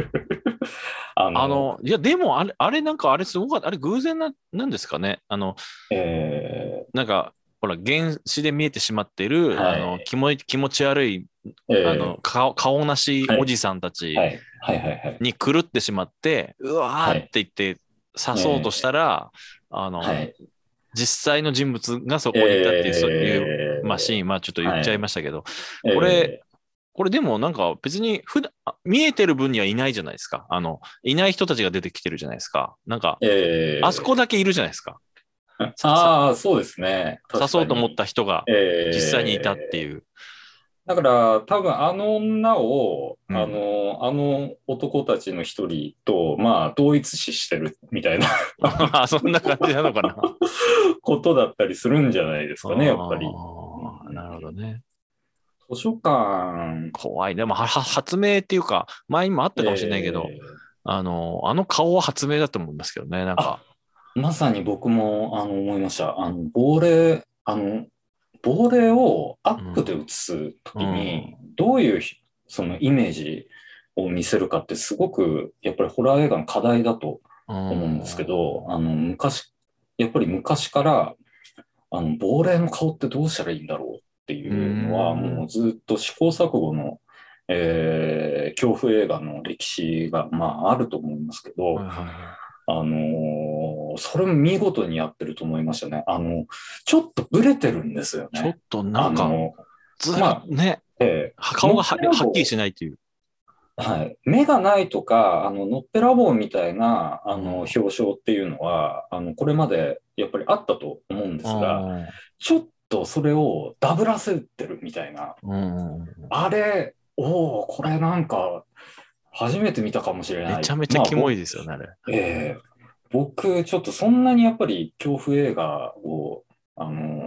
S2: あ
S1: あの、いや、でも、あれ、あれなんか、あれすごかった。あれ偶然な、なんですかね。あの、
S2: え
S1: なんか、ほら、原始で見えてしまってる、
S2: はい
S1: あの、気も気持ち悪い、
S2: ーえー
S1: あの、顔、顔なしおじさんたち
S2: はい、はいはいはい。
S1: に狂ってしまって、うわ
S2: はい
S1: ーって言って、刺そうとしたら、あの、
S2: はい、
S1: 実際の人物がそこにいたっていう、そういう、まあ、シーン、まあ、ちょっと言っちゃいましたけど、
S2: えー
S1: これ、これでもなんか別に普段あ見えてる分にはいないじゃないですか。あの、いない人たちが出てきてるじゃないですか。なんか、
S2: えー
S1: あそこだけいるじゃないですか。
S2: ああ、そうですね。
S1: 刺そうと思った人が
S2: 確かに、えー
S1: 実際にいたっていう。
S2: だから、多分あの女を、
S1: うん
S2: あの、あの男たちの一人と、まあ、同一視してるみたいな
S1: あそんな感じなのかな。
S2: ことだったりするんじゃないですかね、やっぱり。
S1: あーなるほどね。
S2: 図書館。
S1: 怖い。でもはは発明っていうか、前にもあったかもしれないけど、
S2: えー
S1: あの、あの顔は発明だと思いますけどね。なんか、
S2: まさに僕もあの思いました。あの亡霊、あの亡霊をアップで映すときに、どういうひそのイメージを見せるかって、すごくやっぱりホラー映画の課題だと
S1: 思
S2: 思うんですけ。ど、あの昔、やっぱり昔から、あの亡霊の顔ってどうしたらいいんだろうっていうのは、
S1: うん
S2: もうずっと試行錯誤の、えー恐怖映画の歴史が、まあ、あると思いますけど、
S1: はいはいは
S2: あのーそれも見事にやってると思いましたね。あの、ちょっとブレてるんですよ
S1: いちょ
S2: ね。
S1: っとなん
S2: あ
S1: か、
S2: の
S1: ず
S2: まあ
S1: らね、
S2: え
S1: 顔がは
S2: もちろん
S1: はっきりしないっていう。
S2: えはい。目がないとか、あの、のっぺらぼうみたいな、あの、表彰っていうのは、あの、これまでやっぱりあったと思うんですが、
S1: あー
S2: ちょっとそれをダブらせてるみたいな、
S1: うんうんうん
S2: あれ、おおこれなんか、初めて見たかもしれない。
S1: めちゃめちゃキモ
S2: い
S1: いですよね、あれ。
S2: ええ僕、ちょっとそんなにやっぱり恐怖映画を、あのー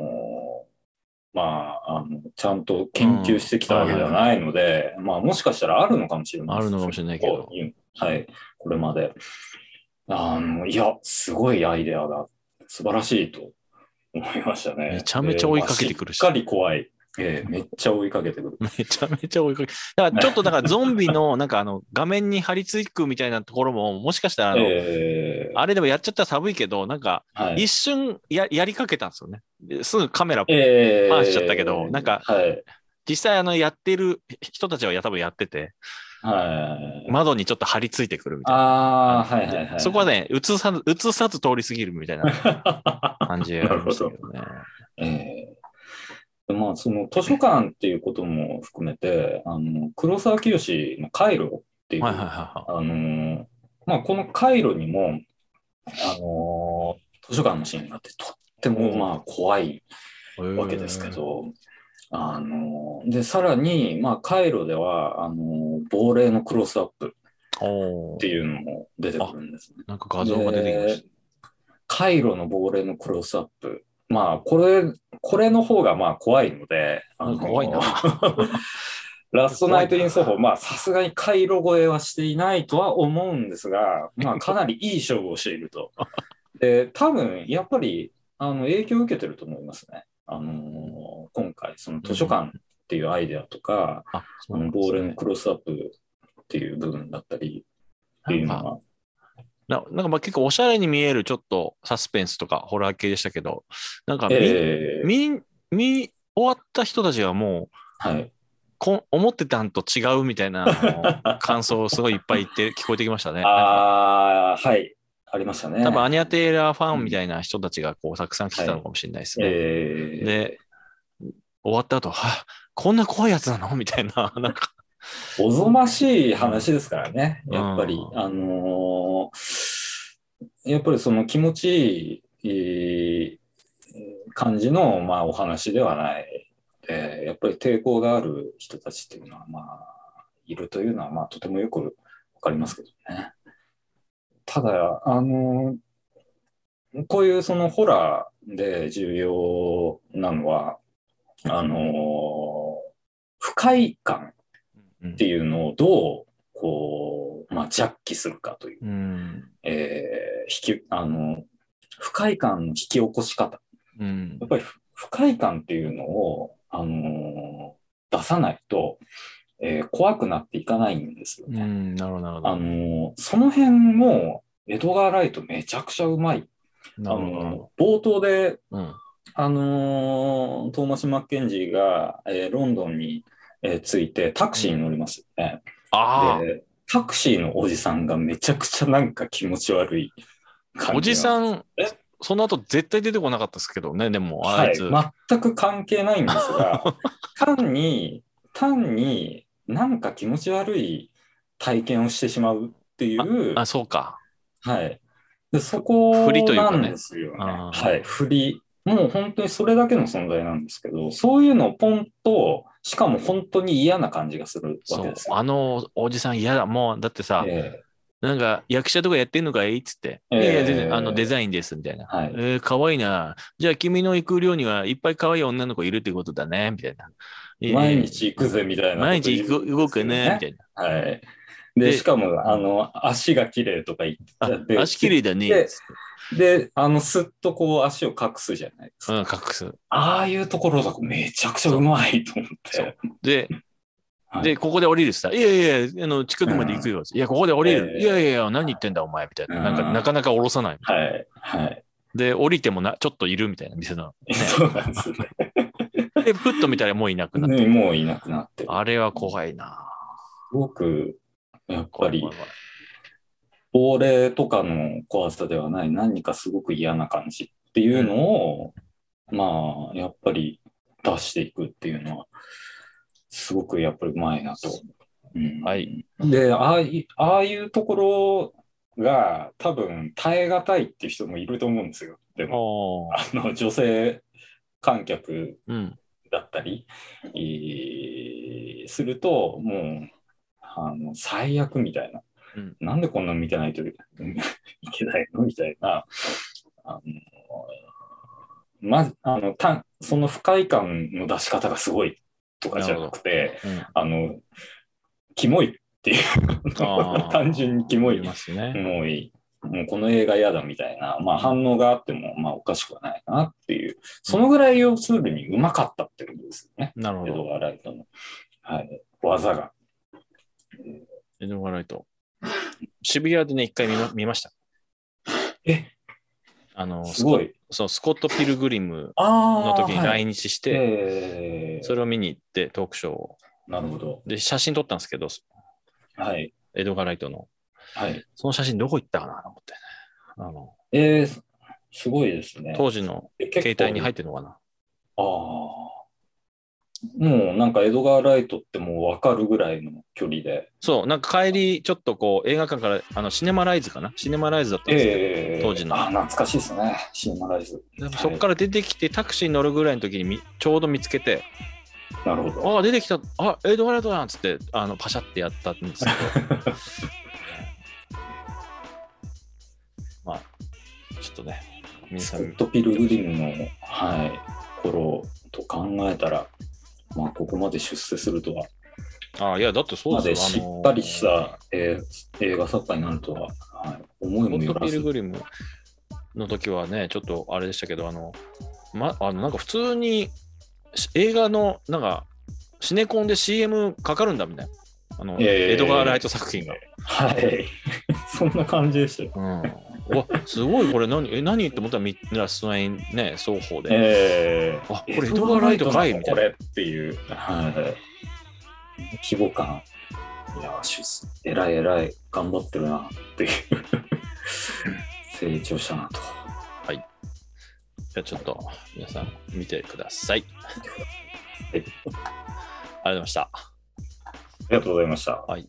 S2: まあ、あの、ちゃんと研究してきたわけではないので、まあ、もしかしたらあるのかもしれない
S1: あ
S2: です
S1: るのかもしれないけ
S2: こ
S1: ど
S2: う。いうはい、これまで。あの、いや、すごいアイデアだ。素晴らしいと思いましたね。
S1: めちゃめちゃ追いかけてくるし
S2: し。まあしっかり怖い。ええめっちゃ追いかけてくる。
S1: めちゃめちゃ追いかけ。だからちょっとだからゾンビのなんかあの画面に張り付くみたいなところももしかしたらあの、
S2: ええ
S1: あれでもやっちゃったら寒いけど、なんか
S2: はい
S1: 一瞬ややりかけたんですよね。ですぐカメラ
S2: ええ
S1: 回しちゃったけどなんか
S2: はい。
S1: 実際、あの、やってる人たちはや多分やってて、
S2: はい。
S1: 窓にちょっと張り付いてくるみたいな。
S2: ああ、はいはいはい。
S1: そこはね、映さず、映さず通り過ぎるみたいな 感じでやりましたけどね。
S2: ええでまあ、その図書館っていうことも含めて、あの黒沢清の回路っていう、
S1: はいはいはいは
S2: あのまあ、この回路にも、あの図書館のシーンがあって、とってもまあ怖い
S1: い。
S2: わけですけど、あのでさらに、まあ、回路ではあの亡霊のクロスアップ
S1: へー。お
S2: っ
S1: ー
S2: ていうのも出てくるんですね。
S1: なんか画像が出てきました。
S2: カイロの亡霊のクロスアップ。まあ、これ、これの方がまあ怖いので、あの
S1: 怖いな。
S2: ラストナイトイン奏法、まあ、さすがにカイロ越えはしていないとは思うんですが、まあ、かなりいい勝負をしてい ると。で、多分、やっぱり、あの、影響を受けてると思いますね。あの今回、その図書館っていうアイデアとか、
S1: あ、そ
S2: あ
S1: うなん
S2: の
S1: で
S2: 亡
S1: す
S2: 霊
S1: ね
S2: のクロスアップっていう部分だったりっていうのが、
S1: ななんかまあ結構おしゃれに見えるちょっとサスペンスとかホラー系でしたけど、なんか見,、
S2: えー
S1: 見見終わった人たちはもう
S2: はい。
S1: こん思ってたんと違うみたいなあ の感想をすごいいっぱい言って聞こえてきましたね。なんか
S2: ああ、はい。ありましたね。
S1: 多分アニャ・テイラーファンみたいな人たちがこうたくさん来てたのかもしれないですね。
S2: えー
S1: で、終わった後、はこんな怖いやつなのみ たいな、なんか、
S2: おぞましい話ですからね、やっぱり。
S1: うん
S2: あのーやっぱりその気持ちいい感じの、まあ、お話ではない。でやっぱり抵抗がある人たちっていうのは、まあ、いるというのは、まあ、とてもよくわかりますけどね。ただ、あのーこういうそのホラーで重要なのは、あのー不快感
S1: うん
S2: っていうのをどう、こう、まあ、ジャッキするかという、
S1: うん、
S2: えー引き、あの、不快感の引き起こし方。
S1: うん
S2: やっぱり不不快感っていうのを、あのー出さないと、えー怖くなっていかないんですよ
S1: う
S2: ね。
S1: ん、なるほど、なるほ
S2: あ
S1: ど。
S2: のーその辺も、エドガー・ライトめちゃくちゃうまい。あ
S1: なるほどなるほ
S2: のー冒頭で、
S1: ど。うん
S2: あのートーマス・マッケンジーが、えーロンドンに、えー着いてタクシーに乗りますよね。
S1: あ
S2: で、タクシーのおじさんがめちゃくちゃなんか気持ち悪い
S1: あ、
S2: 感
S1: おじ
S2: ん、
S1: さん
S2: え、
S1: その後絶対出てこなかったですけどね、でも、あ
S2: はいい
S1: つ。、
S2: 全く関係ないんですが、 単に、単になんか気持ち悪い体験をしてしまうっていう、
S1: あ、そうか。
S2: はい。でそこ
S1: ふりというかね
S2: なんですよね。
S1: あー
S2: はい、振り。もう本当にそれだけの存在なんですけど、そういうのをポンと、しかも本当に嫌な感じがするわ
S1: そ
S2: け
S1: う
S2: です。よ。
S1: あのおじさん嫌だ。もう、だってさ、
S2: え
S1: なんか役者とかやってんのかいっつって。い
S2: ええ
S1: やいや、全然あのデザインです、みたいな。
S2: ーはい。
S1: えー、可愛いな。じゃあ、君の行く寮にはいっぱい可愛い女の子いるってことだね、みたいな。いやいや
S2: 毎日行くぜみたいなこと言
S1: 毎
S2: うんですよ
S1: 日
S2: ね。
S1: 行く動くね、みたいな。
S2: はい。
S1: で
S2: で、しかも、あの、足が綺麗とか言って
S1: あ、足綺麗だね
S2: で。で、あの、すっとこう足を隠すじゃないです
S1: う
S2: か。
S1: ん、隠す。
S2: ああいうところとかめちゃくちゃうまいと思っ
S1: そう
S2: て。
S1: で
S2: は、い
S1: で、ここで降りるってさ、いやいやいや、あの近くまで行くよ。いや、ここで降りる。
S2: ええ
S1: いやいやいや、何言ってんだ、お前、みたいな。なん
S2: う
S1: か、
S2: ん
S1: なかなか降ろさない。
S2: はい。はい。
S1: で、降りてもな、ちょっといるみたいな店な
S2: そうなんですね。
S1: の。で、ふっと見たらもういなくなって。
S2: ねもういなくなって。す
S1: あれは怖いな。
S2: ごく、やっぱ
S1: 怖い
S2: り
S1: 怖い、怖い
S2: 亡霊とかの怖さではない、何かすごく嫌な感じっていうのを、まあ、やっぱり出していくっていうのは、すごくやっぱりうまいなと。うん
S1: はい。
S2: で、ああいああいうところが多分耐え難いっていう人もいると思うんですよ。でも、
S1: おー
S2: あの女性観客
S1: うん。
S2: だったり、えーすると、もう、あの、最悪みたいな。
S1: うん
S2: なんでこんなの見てないと いけないのみたいな。あの、まず、あの、たその不快感の出し方がすごいとかじゃなくて、
S1: うん
S2: あの、キモいっていう
S1: あー、
S2: 単純にキモい
S1: いますね。
S2: もういい。もうこの映画嫌だみたいな、まあ反応があっても、まあおかしくはないなっていう、そのぐらい要するにうまかったってことですよね。
S1: なるほ
S2: エド
S1: ど。
S2: ガー・ライトの、はい、技が。
S1: エドガーライト。渋谷でね、一回見ま見ました。
S2: え
S1: あの
S2: すごい。
S1: そうスコット・ピルグリム
S2: ああ。
S1: の時に
S2: はい
S1: 来日して、
S2: えー
S1: それを見に行ってトークショーを
S2: なるほど。
S1: で写真撮ったんですけど
S2: はい。
S1: エドガー・ライトの
S2: はい。
S1: その写真どこ行ったかなと思って、あの
S2: えー、すすごいですね。
S1: 当時の携帯に入ってるのかな
S2: ああ。もうなんかエドガー・ライトってもう分かるぐらいの距離で。
S1: そうなんか帰りちょっとこう映画館からあのシネマライズかなシネマライズだったんですけど、
S2: ええ
S1: 当時の
S2: あ、懐かしいですね。シーマライズ。
S1: でもそこから出てきてタクシーに乗るぐらいの時にみちょうど見つけて
S2: なるほど。
S1: ああ出てきたあエドガー・ライトだっつってあのパシャってやったんですけど まあちょっとね皆
S2: ス
S1: さ
S2: コッ
S1: ん
S2: ト・ピルグリムの、はい、頃と考えたら、まあ、ここまで出世するとは、
S1: ああいやだって
S2: ここ
S1: そう
S2: ま
S1: で
S2: ですし
S1: よ
S2: っかりし
S1: あの
S2: た、えー映画作家になるとは、はい、思
S1: ホ
S2: いも
S1: ッ
S2: よ
S1: ト
S2: ら
S1: ピル
S2: ず。
S1: グリムの時はね、ちょっとあれでしたけど、あの、ま、あのなんか普通にし映画の、なんか、シネコンで CM かかるんだみたいな。あの、
S2: えー
S1: エドガー・ライト作品が。
S2: はい。 そんな感じでしたよ。
S1: うん。うわ、すごい、これ何、え、何って思ったらミッラス・ワインね、双方で。
S2: えー
S1: あこれエドガーライトかい
S2: エドガーライトなのこれっていう、はい、規模感。いや、出世。えらいえらい、頑張ってるなっていう。 成長したなと。
S1: じゃあちょっと、皆さん見てください。ありがとうございました。
S2: ありがとうございました。
S1: はい。